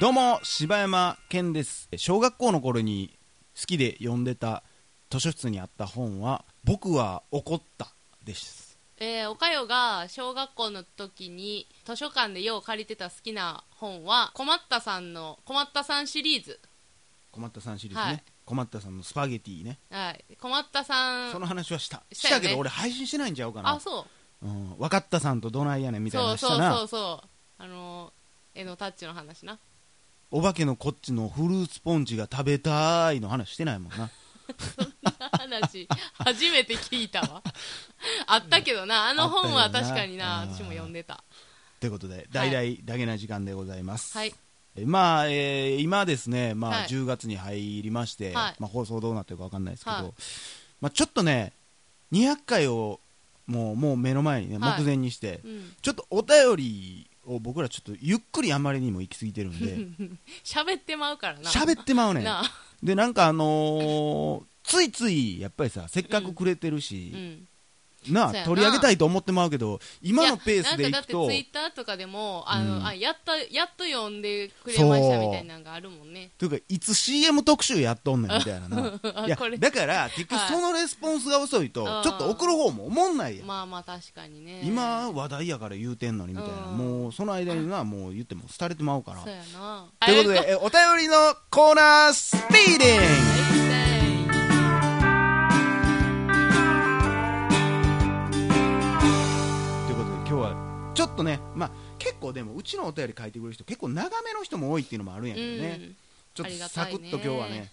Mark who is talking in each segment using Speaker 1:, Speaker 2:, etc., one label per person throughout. Speaker 1: どうも柴山健です小学校の頃に好きで読んでた図書室にあった本は「僕は怒った」です
Speaker 2: えー、おかよが小学校の時に図書館でよう借りてた好きな本は困ったさんの困ったさんシリーズ、
Speaker 1: 困ったさんシリーズね、
Speaker 2: はい
Speaker 1: 困ったさんのスパゲティね、
Speaker 2: はい、困ったさ
Speaker 1: そ
Speaker 2: ん
Speaker 1: の話はした
Speaker 2: したよね
Speaker 1: けど俺配信してないんちゃうかな
Speaker 2: あそう
Speaker 1: うん、分かったさんとどないやねんみたいな
Speaker 2: そう
Speaker 1: のした
Speaker 2: そう
Speaker 1: な
Speaker 2: そうそうあのー絵のタッチの話な
Speaker 1: お化けのこっちのフルーツポンチが食べたいの話してないもんな
Speaker 2: 話初めて聞いたわあったけどなあの本
Speaker 1: あ
Speaker 2: は
Speaker 1: ったよな
Speaker 2: 確かにな
Speaker 1: あー
Speaker 2: 私も読んでた
Speaker 1: ということで大々だけな時間でございます、
Speaker 2: はい
Speaker 1: えまあ、えー今ですね、まあ
Speaker 2: はい
Speaker 1: 10月に入りまして、
Speaker 2: はい
Speaker 1: まあ、放送どうなってるか分かんないですけど、
Speaker 2: はい
Speaker 1: まあ、ちょっとね200回をもうもう目の前にね
Speaker 2: はい
Speaker 1: 目前にして、
Speaker 2: うん
Speaker 1: ちょっとお便りを僕らちょっとゆっくりあんまりにも行き過ぎてるんで
Speaker 2: 喋ってまうから な
Speaker 1: 喋ってまうねん
Speaker 2: なあ
Speaker 1: でなんかあのーついついやっぱりさせっかくくれてるし
Speaker 2: う、ん
Speaker 1: な
Speaker 2: そうやな
Speaker 1: 取り上げたいと思ってまうけど今のペースでい
Speaker 2: やなん
Speaker 1: く
Speaker 2: かだっ
Speaker 1: と
Speaker 2: てツイッターとかでもあの、
Speaker 1: うん
Speaker 2: あやっとやっと読んでくれましたみたいなのがあるもんね
Speaker 1: というかいつ CM 特集やっとんねんみたいな ないや
Speaker 2: これ
Speaker 1: だから結局
Speaker 2: はい
Speaker 1: そのレスポンスが遅いと
Speaker 2: うん
Speaker 1: ちょっと送る方も思んないやん、
Speaker 2: まあまあ確かにね
Speaker 1: 今話題やから言うてんのにみたいな、
Speaker 2: うん
Speaker 1: もうその間になもう言っても廃れてまうから
Speaker 2: そうやな
Speaker 1: ということでえお便りのコーナースピーディング
Speaker 2: は
Speaker 1: ということで今日はちょっとねまあ結構でもうちのお便り書いてくれる人結構長めの人も多いっていうのもあるんや
Speaker 2: い、う
Speaker 1: けどね、
Speaker 2: ん、
Speaker 1: ちょっと
Speaker 2: ありが
Speaker 1: サ
Speaker 2: たい
Speaker 1: ク
Speaker 2: ね
Speaker 1: ッと今日はね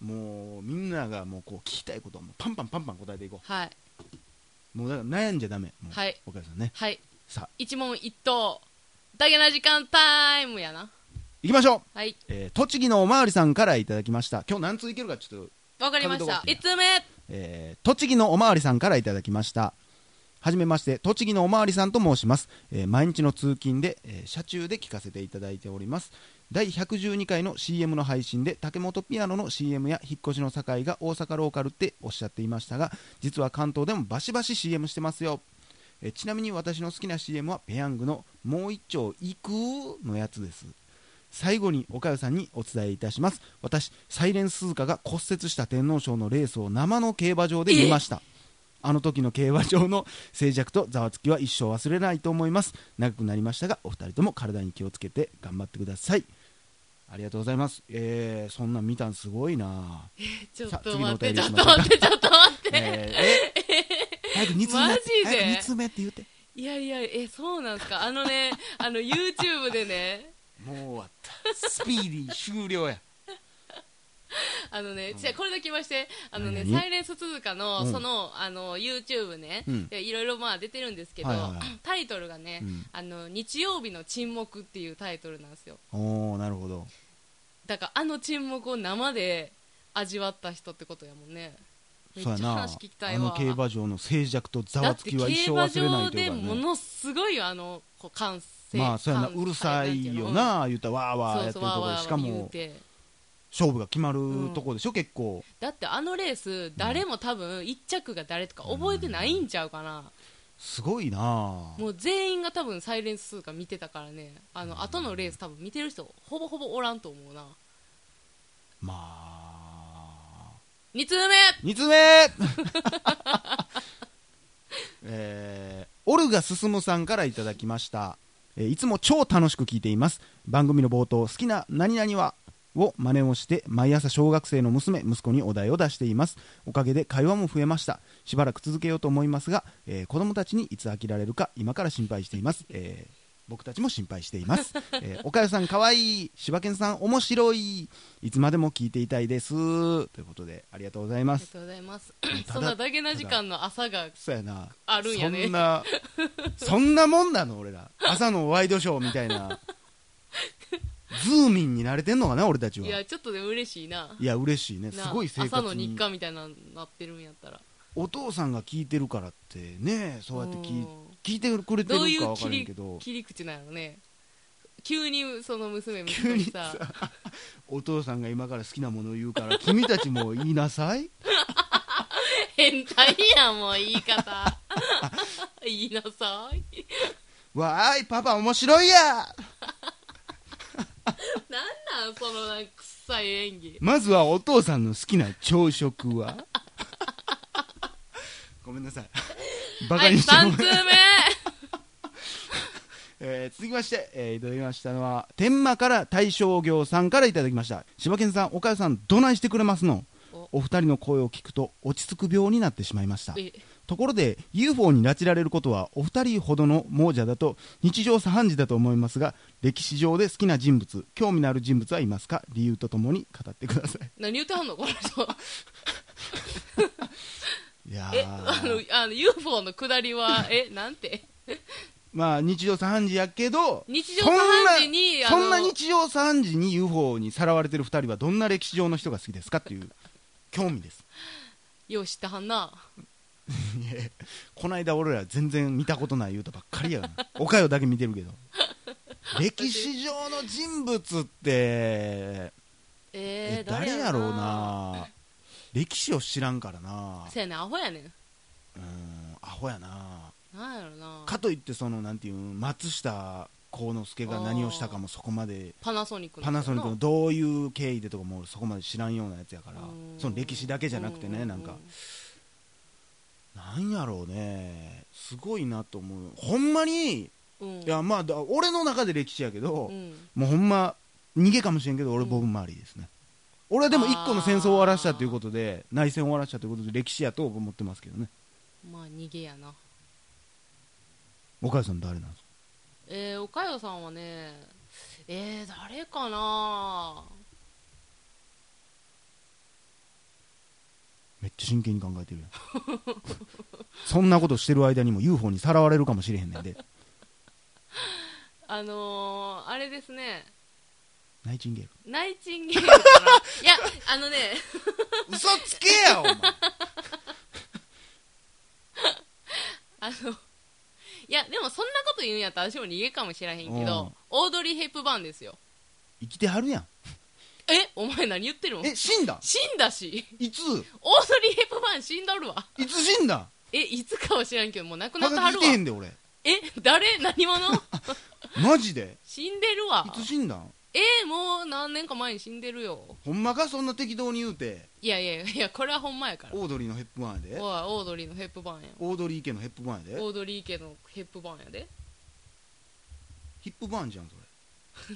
Speaker 1: もうみんながもうこう聞きたいことをもうパンパンパンパン答えていこ
Speaker 2: はいう
Speaker 1: もうだから悩んじゃダメもう
Speaker 2: はい
Speaker 1: お母さんね
Speaker 2: はい
Speaker 1: さあ
Speaker 2: 一問一答だけな時間タイムやな
Speaker 1: 行きましょう、
Speaker 2: はい
Speaker 1: えー栃木のおまわりさんからいただきました今日何通いけるかちょっと、
Speaker 2: わかりまし
Speaker 1: 紙
Speaker 2: た
Speaker 1: 飛行
Speaker 2: 一
Speaker 1: 機
Speaker 2: つ目
Speaker 1: えー栃木のおまわりさんからいただきましたはじめまして栃木のおまわりさんと申します、えー毎日の通勤で、えー車中で聞かせていただいております第112回の CM の配信で竹本ピアノの CM や引っ越しの境が大阪ローカルっておっしゃっていましたが実は関東でもバシバシ CM してますよえーちなみに私の好きな CM はペヤングの「もう一丁いく?」のやつです最後におかよさんにお伝えいたします私サイレンスズカが骨折した天皇賞のレースを生の競馬場で見ましたあの時の競馬場の静寂とざわつきは一生忘れないと思います長くなりましたがお二人とも体に気をつけて頑張ってくださいありがとうございますえー、そんなん見たんすごいな、
Speaker 2: ちょ
Speaker 1: さあ
Speaker 2: っと待ってち
Speaker 1: 次
Speaker 2: ょ
Speaker 1: のお便り
Speaker 2: っと待ってちょっと待って、
Speaker 1: えー、 え早く2つ目
Speaker 2: マジで
Speaker 1: 早く二つ目って言って
Speaker 2: いやいやえそうなんすかあのねあの YouTube でね
Speaker 1: もう終わったスピーディー終了や
Speaker 2: あのね、じゃあこれだけ言わして、あのね、
Speaker 1: 何々
Speaker 2: サイレンス鈴鹿
Speaker 1: う
Speaker 2: の、
Speaker 1: ん
Speaker 2: その、あの、YouTube ね
Speaker 1: うん、
Speaker 2: でいろいろまあ出てるんですけど
Speaker 1: はいはいはい、
Speaker 2: タイトルがね
Speaker 1: うん、
Speaker 2: あの、日曜日の沈黙っていうタイトルなんですよ。
Speaker 1: おおなるほど
Speaker 2: だから、あの沈黙を生で味わった人ってことやもんね。めっち
Speaker 1: そ
Speaker 2: ゃ
Speaker 1: うやな
Speaker 2: 話聞きた
Speaker 1: あ
Speaker 2: い
Speaker 1: の
Speaker 2: わ。
Speaker 1: 競馬場の静寂とざ
Speaker 2: だ
Speaker 1: わ
Speaker 2: っ
Speaker 1: つ
Speaker 2: て
Speaker 1: き
Speaker 2: 競
Speaker 1: は一生
Speaker 2: 馬
Speaker 1: 忘れな
Speaker 2: 場
Speaker 1: いとい
Speaker 2: で
Speaker 1: うか
Speaker 2: も
Speaker 1: ね
Speaker 2: のすごいよ、あの、こう、歓声。
Speaker 1: まあそうやな
Speaker 2: 歓声
Speaker 1: うるさいよ。な言うたらわーわー
Speaker 2: そ
Speaker 1: や
Speaker 2: う
Speaker 1: って
Speaker 2: そ
Speaker 1: ると
Speaker 2: う、わー
Speaker 1: こ
Speaker 2: わ
Speaker 1: ろ
Speaker 2: ー
Speaker 1: しか
Speaker 2: 言う
Speaker 1: も
Speaker 2: て。
Speaker 1: 勝負が決まるとこでしょ結構
Speaker 2: だってあのレース誰も多分1着が誰とか覚えてないんちゃうかな、
Speaker 1: すごいな
Speaker 2: もう全員が多分サイレンス通貨見てたからねあの後のレース多分見てる人ほぼほぼおらんと思うな
Speaker 1: まあ
Speaker 2: 2通目
Speaker 1: 2つ目 えーオルガ進さんからいただきました、えーいつも超楽しく聞いています番組の冒頭好きな何々はを真似をして毎朝小学生の娘息子にお題を出していますおかげで会話も増えましたしばらく続けようと思いますが、えー子供たちにいつ飽きられるか今から心配しています、えー僕たちも心配しています、えー、おかよさんかわいい柴犬さん面白いいつまでも聞いていたいですということでありがとうござい
Speaker 2: あ
Speaker 1: ま
Speaker 2: りが
Speaker 1: す
Speaker 2: とうございます
Speaker 1: ただ
Speaker 2: そんなだけな時間の朝が
Speaker 1: そうやな
Speaker 2: あるんやね
Speaker 1: そんなそんなもんなの俺 ら朝のワイドショーみたいなズーミンに慣れてんのかな俺たちはい
Speaker 2: やちょっとでも嬉しいない
Speaker 1: や嬉しいねす
Speaker 2: な
Speaker 1: ごい生活に
Speaker 2: 朝の日課みたいなのになってるんやったら
Speaker 1: お父さんが聞いてるからってねそうやって聞い
Speaker 2: うん
Speaker 1: 聞いてくれてる
Speaker 2: どうい
Speaker 1: か分
Speaker 2: う
Speaker 1: か
Speaker 2: 切
Speaker 1: らん
Speaker 2: り
Speaker 1: けど
Speaker 2: 切り口なのね急にその娘息子
Speaker 1: 急に
Speaker 2: に
Speaker 1: さ
Speaker 2: さ
Speaker 1: お父さんが今から好きなものを言うから君たちも言いなさい
Speaker 2: 変態やんもう言い方 言いなさい
Speaker 1: わーいパパ面白いや
Speaker 2: なんそのなんか臭い演技
Speaker 1: まずはお父さんの好きな朝食 はごめんなさいバ
Speaker 2: は
Speaker 1: カ
Speaker 2: い
Speaker 1: にしてごめん
Speaker 2: 3通目
Speaker 1: えー続きまして、えーいただきましたのは天満から大正行さんからいただきました柴犬さん岡谷さんどないしてくれますの
Speaker 2: お
Speaker 1: お二人の声を聞くと落ち着く病になってしまいました
Speaker 2: え
Speaker 1: ところで UFO に拉致られることはお二人ほどの亡者だと日常茶飯事だと思いますが歴史上で好きな人物興味のある人物はいますか理由とともに語ってくださ
Speaker 2: 何言ってはんのこの人
Speaker 1: いいや
Speaker 2: えあの
Speaker 1: ー
Speaker 2: あの UFO の下りはえなんて
Speaker 1: まあ日常茶飯事やけど
Speaker 2: 日常茶飯事に
Speaker 1: そんな
Speaker 2: あ
Speaker 1: そんな
Speaker 2: の
Speaker 1: 日常茶飯事に UFO にさらわれてる二人はどんな歴史上の人が好きですかっていう興味です
Speaker 2: よう知ってはんない
Speaker 1: やこないだ俺ら全然見たことない言うたばっかりや がなおかよだけ見てるけど歴史上の人物って
Speaker 2: え
Speaker 1: え
Speaker 2: ー、誰
Speaker 1: 誰
Speaker 2: や
Speaker 1: や
Speaker 2: ろ
Speaker 1: ろ
Speaker 2: う
Speaker 1: う
Speaker 2: な
Speaker 1: な歴史を知らんからな
Speaker 2: せやねんアホやね
Speaker 1: うんアホやなん
Speaker 2: なんやろな
Speaker 1: かといってそのなんていうん松下幸之助が何をしたかもそこまで
Speaker 2: パナソニックの
Speaker 1: パナソニックの
Speaker 2: の
Speaker 1: どういう経緯でとかもそこまで知らんようなやつやから
Speaker 2: うん
Speaker 1: その歴史だけじゃなくて
Speaker 2: う
Speaker 1: ね
Speaker 2: う
Speaker 1: なんかなんやろうねすごいなと思うほんまに
Speaker 2: うん
Speaker 1: いやまあだ俺の中で歴史やけど、
Speaker 2: うん
Speaker 1: もうほんま逃げかもしれんけど俺ボブ・マーリーですね、俺はでも一個の戦争を終わらしたということで内戦を終わらしたということで歴史やと思ってますけどね
Speaker 2: まあ逃げやな
Speaker 1: 岡谷さん誰なんですか
Speaker 2: えー、おかよさんはねえー、誰かな
Speaker 1: めっちゃ真剣に考えてるやん そんなことしてる間にも UFO にさらわれるかもしれへんねんで
Speaker 2: あのー、あれですね
Speaker 1: ナイチンゲール
Speaker 2: ナイチンゲールかないやあのね
Speaker 1: 嘘つけやお前
Speaker 2: あのいやでもそんなこと言うんやったら私も逃げかもしらへんけ
Speaker 1: うん
Speaker 2: どオードリー・ヘップバーンですよ
Speaker 1: 生きてはるやん
Speaker 2: えお前何言ってるの
Speaker 1: え死んだ
Speaker 2: 死んだし
Speaker 1: いつ
Speaker 2: オードリー・ヘップバーン死んだるわ
Speaker 1: いつ死んだ
Speaker 2: えいつかは知らんけどもう亡くな
Speaker 1: は
Speaker 2: っては
Speaker 1: が
Speaker 2: る
Speaker 1: き来
Speaker 2: わ
Speaker 1: てへんで俺
Speaker 2: え誰 何者
Speaker 1: マジで
Speaker 2: 死んでるわ
Speaker 1: いつ死んだん
Speaker 2: えもう何年か前に死んでるよ
Speaker 1: ほんまかそんな適当に言うて
Speaker 2: いやいやいやこれはほんまやからおい
Speaker 1: オードリーのヘップバーンやで
Speaker 2: オードリーのヘップバーンや
Speaker 1: オードリー家のヘップバーンやで
Speaker 2: オードリー家のヘップバーンやで
Speaker 1: ヒップバーンじゃんそ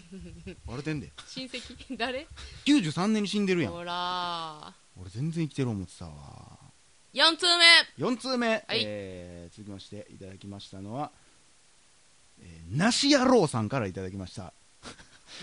Speaker 1: れ割れてんで
Speaker 2: 親戚誰
Speaker 1: 93年に死んでるやん
Speaker 2: ほら
Speaker 1: 俺全然生きてる思ってたわ
Speaker 2: 4通目
Speaker 1: 4通目、
Speaker 2: い
Speaker 1: えー続きましていただきましたのは、えー、なし野郎さんからいただきました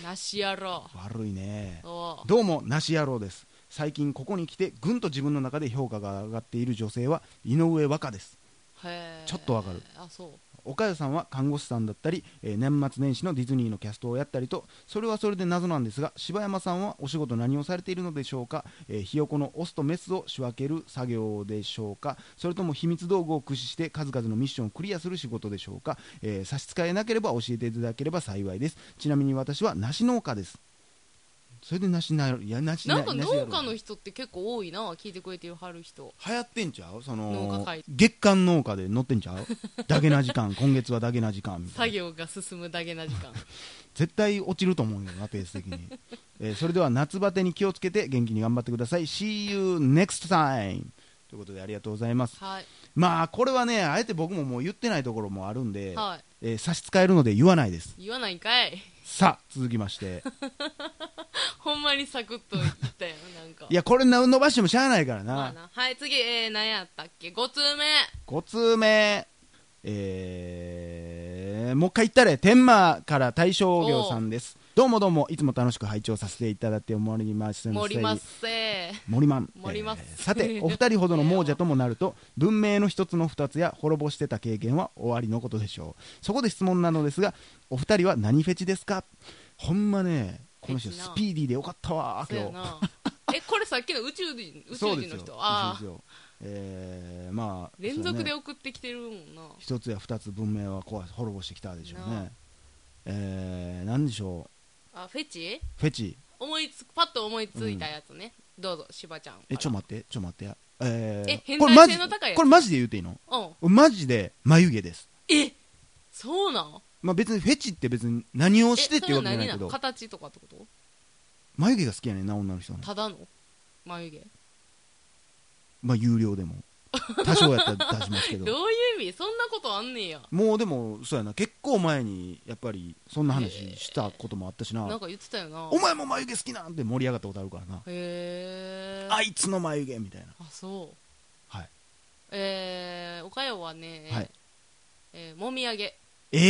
Speaker 2: なし野郎
Speaker 1: 悪いね
Speaker 2: おう
Speaker 1: どうもなし野郎です最近ここに来てぐんと自分の中で評価が上がっている女性は井上和歌です
Speaker 2: へー
Speaker 1: ちょっとわかる
Speaker 2: あそう
Speaker 1: 岡谷さんは看護師さんだったり、えー年末年始のディズニーのキャストをやったりとそれはそれで謎なんですが柴山さんはお仕事何をされているのでしょうか、えーひよこのオスとメスを仕分ける作業でしょうかそれとも秘密道具を駆使して数々のミッションをクリアする仕事でしょうか、えー差し支えなければ教えていただければ幸いですちなみに私は梨農家ですそれで梨なるいや梨
Speaker 2: なんか農家
Speaker 1: 梨やろ
Speaker 2: の人って結構多いな聞いてくれてるはる人
Speaker 1: 流行ってんちゃうそ
Speaker 2: 農家
Speaker 1: の
Speaker 2: 会
Speaker 1: 月間農家で乗ってんちゃう だけな時間今月はだけな時間みたいな
Speaker 2: 作業が進むだけな時 間
Speaker 1: 絶対落ちると思うよなペース的 に、えーそれでは夏バテに気をつけて元気に頑張ってください See you next time ということでありがとうございます
Speaker 2: はい
Speaker 1: まあこれはねあえて僕ももう言ってないところもあるんで、
Speaker 2: は
Speaker 1: えー差し支えるので言わないです
Speaker 2: い言わないんかい
Speaker 1: さあ続きまして
Speaker 2: ほんまにサクッと言ったよなんか
Speaker 1: いやこれな伸ばしてもしゃあないから
Speaker 2: ま
Speaker 1: な
Speaker 2: あなはい次えー、何やったっけ5通目
Speaker 1: 5通目えー、もう一回言ったれ天満から大正業さんですどうもどうもいつも楽しく拝聴させていただいております
Speaker 2: 盛りますせー
Speaker 1: 森マン
Speaker 2: 森マン
Speaker 1: えーさてお二人ほどの亡者ともなると文明の一つの二つや滅ぼしてた経験は終わりのことでしょうそこで質問なのですがお二人は何フェチですかほんまねこの人
Speaker 2: フェチ
Speaker 1: ス
Speaker 2: な
Speaker 1: ピーディーでよかったわ
Speaker 2: そう
Speaker 1: 今
Speaker 2: や
Speaker 1: 日
Speaker 2: なえこれさっきの宇宙 人宇宙
Speaker 1: そうで
Speaker 2: 人
Speaker 1: す
Speaker 2: の
Speaker 1: よ
Speaker 2: 人あ
Speaker 1: そうです
Speaker 2: あ
Speaker 1: よえーまあ
Speaker 2: 連続
Speaker 1: そう
Speaker 2: で
Speaker 1: やね
Speaker 2: 送ってきてるもんな
Speaker 1: 一つや二つ文明は壊す滅ぼしてきたでしょう
Speaker 2: なあ
Speaker 1: ねえー、何でしょ
Speaker 2: あフェチ
Speaker 1: うフェチ
Speaker 2: 思いつパッと思いついたやつね、どうぞしばちゃんから
Speaker 1: えちょ待ってちょ待ってやえー
Speaker 2: え変
Speaker 1: これマ
Speaker 2: 態
Speaker 1: ジ
Speaker 2: 性の高いやつ
Speaker 1: これマジで言っていいの
Speaker 2: うん
Speaker 1: マジで眉毛です
Speaker 2: えそうなん
Speaker 1: まあ別にフェチって別に何をしてっていうわけじゃないけ
Speaker 2: えそれは何な
Speaker 1: ど
Speaker 2: の形とかってこと
Speaker 1: 眉毛が好きやねんな女の人はね
Speaker 2: ただの眉毛
Speaker 1: まあ有料でも多少やったら出しますけ
Speaker 2: ど
Speaker 1: ど
Speaker 2: ういう意味そんなことあんねんや
Speaker 1: もうでもそうやな結構前にやっぱりそんな話したこともあったしな、
Speaker 2: なんか言ってたよな
Speaker 1: お前も眉毛好きなんて盛り上がったことあるからな
Speaker 2: へえ
Speaker 1: あいつの眉毛みたいな
Speaker 2: あそう
Speaker 1: はい
Speaker 2: えー、おかよはね、
Speaker 1: はい
Speaker 2: えーもみあげ
Speaker 1: え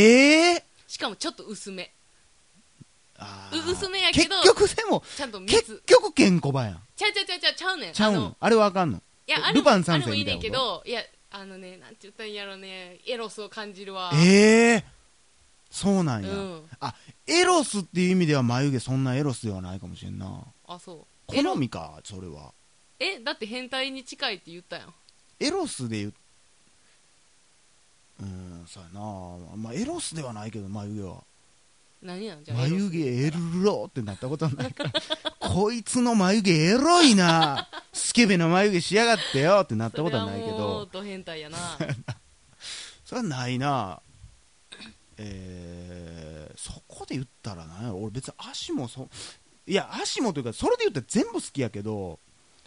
Speaker 1: えー
Speaker 2: しかもちょっと薄め
Speaker 1: あー
Speaker 2: う薄めやけど
Speaker 1: 結局でも
Speaker 2: ちゃんと蜜
Speaker 1: 結局ケンコバやん
Speaker 2: ちゃうちゃうちゃうちゃうちゃうねん
Speaker 1: ちゃうん
Speaker 2: あの
Speaker 1: あれはあかんの
Speaker 2: いや
Speaker 1: え
Speaker 2: あれ
Speaker 1: ル
Speaker 2: も
Speaker 1: パン三
Speaker 2: あれも
Speaker 1: 世
Speaker 2: いい
Speaker 1: みた
Speaker 2: ね
Speaker 1: い
Speaker 2: ん
Speaker 1: なこ
Speaker 2: け
Speaker 1: と
Speaker 2: どいやあのねなんて言ったらいいんやろねエロスを感じるわ
Speaker 1: ええー、そうなんや、
Speaker 2: うん
Speaker 1: あエロスっていう意味では眉毛そんなエロスではないかもしれんな
Speaker 2: あそうエロ
Speaker 1: 好みかそれは
Speaker 2: えだって変態に近いって言ったやん
Speaker 1: エロスで言ううーんそうやなまあエロスではないけど眉毛は
Speaker 2: 何なんじゃあ
Speaker 1: 眉毛エロってなったことはないからこいつの眉毛エロいなスケベな眉毛しやがってよってなったことはないけ
Speaker 2: それはもう
Speaker 1: ど
Speaker 2: ド変態やな
Speaker 1: それはないなえー、そこで言ったらなんやろ俺別に足もそいや足もというかそれで言ったら全部好きやけど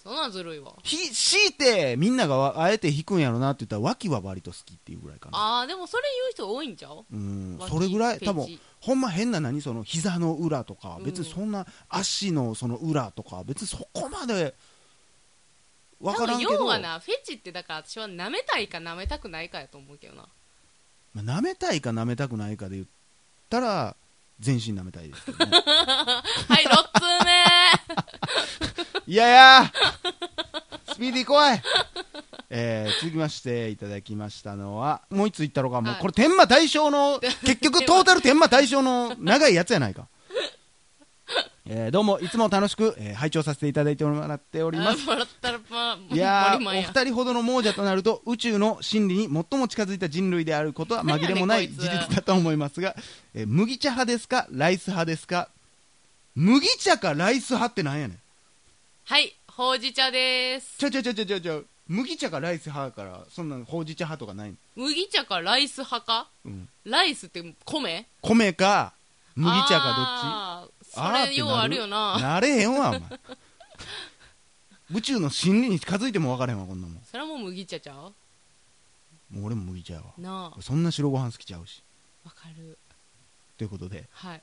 Speaker 2: そんなんずるいわ
Speaker 1: ひ強いてみんながわあえて引くんやろなって言ったら脇は割と好きっていうぐらいかな
Speaker 2: あーでもそれ言う人多いんちゃう
Speaker 1: うん
Speaker 2: 脇
Speaker 1: それぐらい
Speaker 2: ペチ
Speaker 1: 多分ほんま変な何その膝の裏とか別にそんな足のその裏とか別にそこまで分からんけ
Speaker 2: 多分
Speaker 1: ど
Speaker 2: 要はなフェチってだから私は舐めたいか舐めたくないかやと思うけどな
Speaker 1: まあ舐めたいか舐めたくないかで言ったら全身舐めたいですけどね
Speaker 2: はい6通目
Speaker 1: いやいやスピーディー怖いえー、続きましていただきましたのはもう一つ言ったろかもう
Speaker 2: はい
Speaker 1: これ天馬対象の結局トータル天馬対象の長いやつやないかえー、どうもいつも楽しく、えー拝聴させていただいてもらっており ます
Speaker 2: あもらったらまあ
Speaker 1: いや
Speaker 2: も
Speaker 1: ー
Speaker 2: う
Speaker 1: お二人ほどの亡者となると宇宙の真理に最も近づいた人類であることは紛れもない
Speaker 2: 何やねん
Speaker 1: 事
Speaker 2: こいつ
Speaker 1: 実だと思いますが、えー麦茶派ですかライス派ですか麦茶かライス派ってなんやねん
Speaker 2: はいほうじ茶です
Speaker 1: ちゃうちゃうちゃうちゃうちゃうちゃう麦茶かライス派からそんなほうじ茶派とかないの、
Speaker 2: 麦茶かライス派か
Speaker 1: うん、
Speaker 2: ライスって米
Speaker 1: 米か麦茶か
Speaker 2: あ
Speaker 1: どっちあ
Speaker 2: ー
Speaker 1: ー
Speaker 2: そ
Speaker 1: っ
Speaker 2: れ
Speaker 1: て
Speaker 2: よう
Speaker 1: な
Speaker 2: あるよな
Speaker 1: なれへんわお前宇宙の真理に近づいても分からへんわこんなもん
Speaker 2: それはもう麦茶ちゃう
Speaker 1: もう俺も麦茶やわ
Speaker 2: なあ
Speaker 1: そんな白ご飯好きちゃうし
Speaker 2: わかる
Speaker 1: ということで
Speaker 2: はい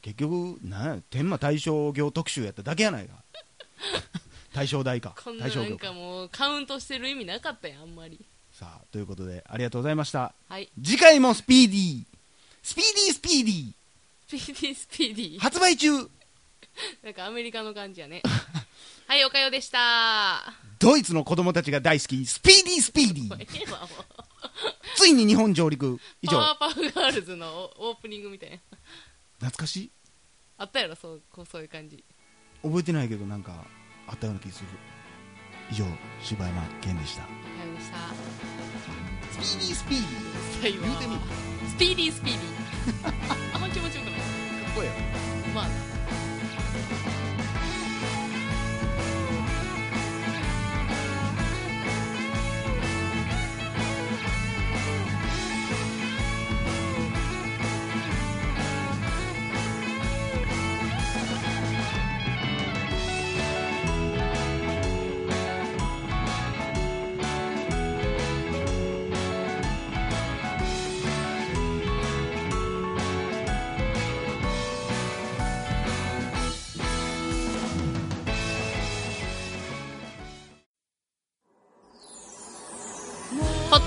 Speaker 1: 結局なんや天満大正業特集やっただけやないか大正大か
Speaker 2: こんな
Speaker 1: 大正
Speaker 2: なん
Speaker 1: 業
Speaker 2: か
Speaker 1: か
Speaker 2: もうカウントしてる意味なかったやんあんまり
Speaker 1: さあということでありがとうございました
Speaker 2: はい
Speaker 1: 次回もスピーディースピーディースピーディ
Speaker 2: スピーディースピーディ
Speaker 1: ー
Speaker 2: ー
Speaker 1: 発売中
Speaker 2: なんかアメリカの感じやねはいおかよでしたも
Speaker 1: ドイツの子供たちが大好きスピーディースピーディ
Speaker 2: う
Speaker 1: ー
Speaker 2: ええわもう
Speaker 1: ついに日本上陸以
Speaker 2: パ
Speaker 1: 上
Speaker 2: ワーパフガールズのオープニングみたいな
Speaker 1: 懐かしい
Speaker 2: あったやろそうこうそういう感じ
Speaker 1: 覚えてないけどなんかあったような気する以上柴山健でした
Speaker 2: おかよでした
Speaker 1: スピーディースピーデ
Speaker 2: 最
Speaker 1: ィー
Speaker 2: 後
Speaker 1: 言うてみか
Speaker 2: スピーディースピーデ ィーあんま気持ちよくない
Speaker 1: っこええよ
Speaker 2: まあポッ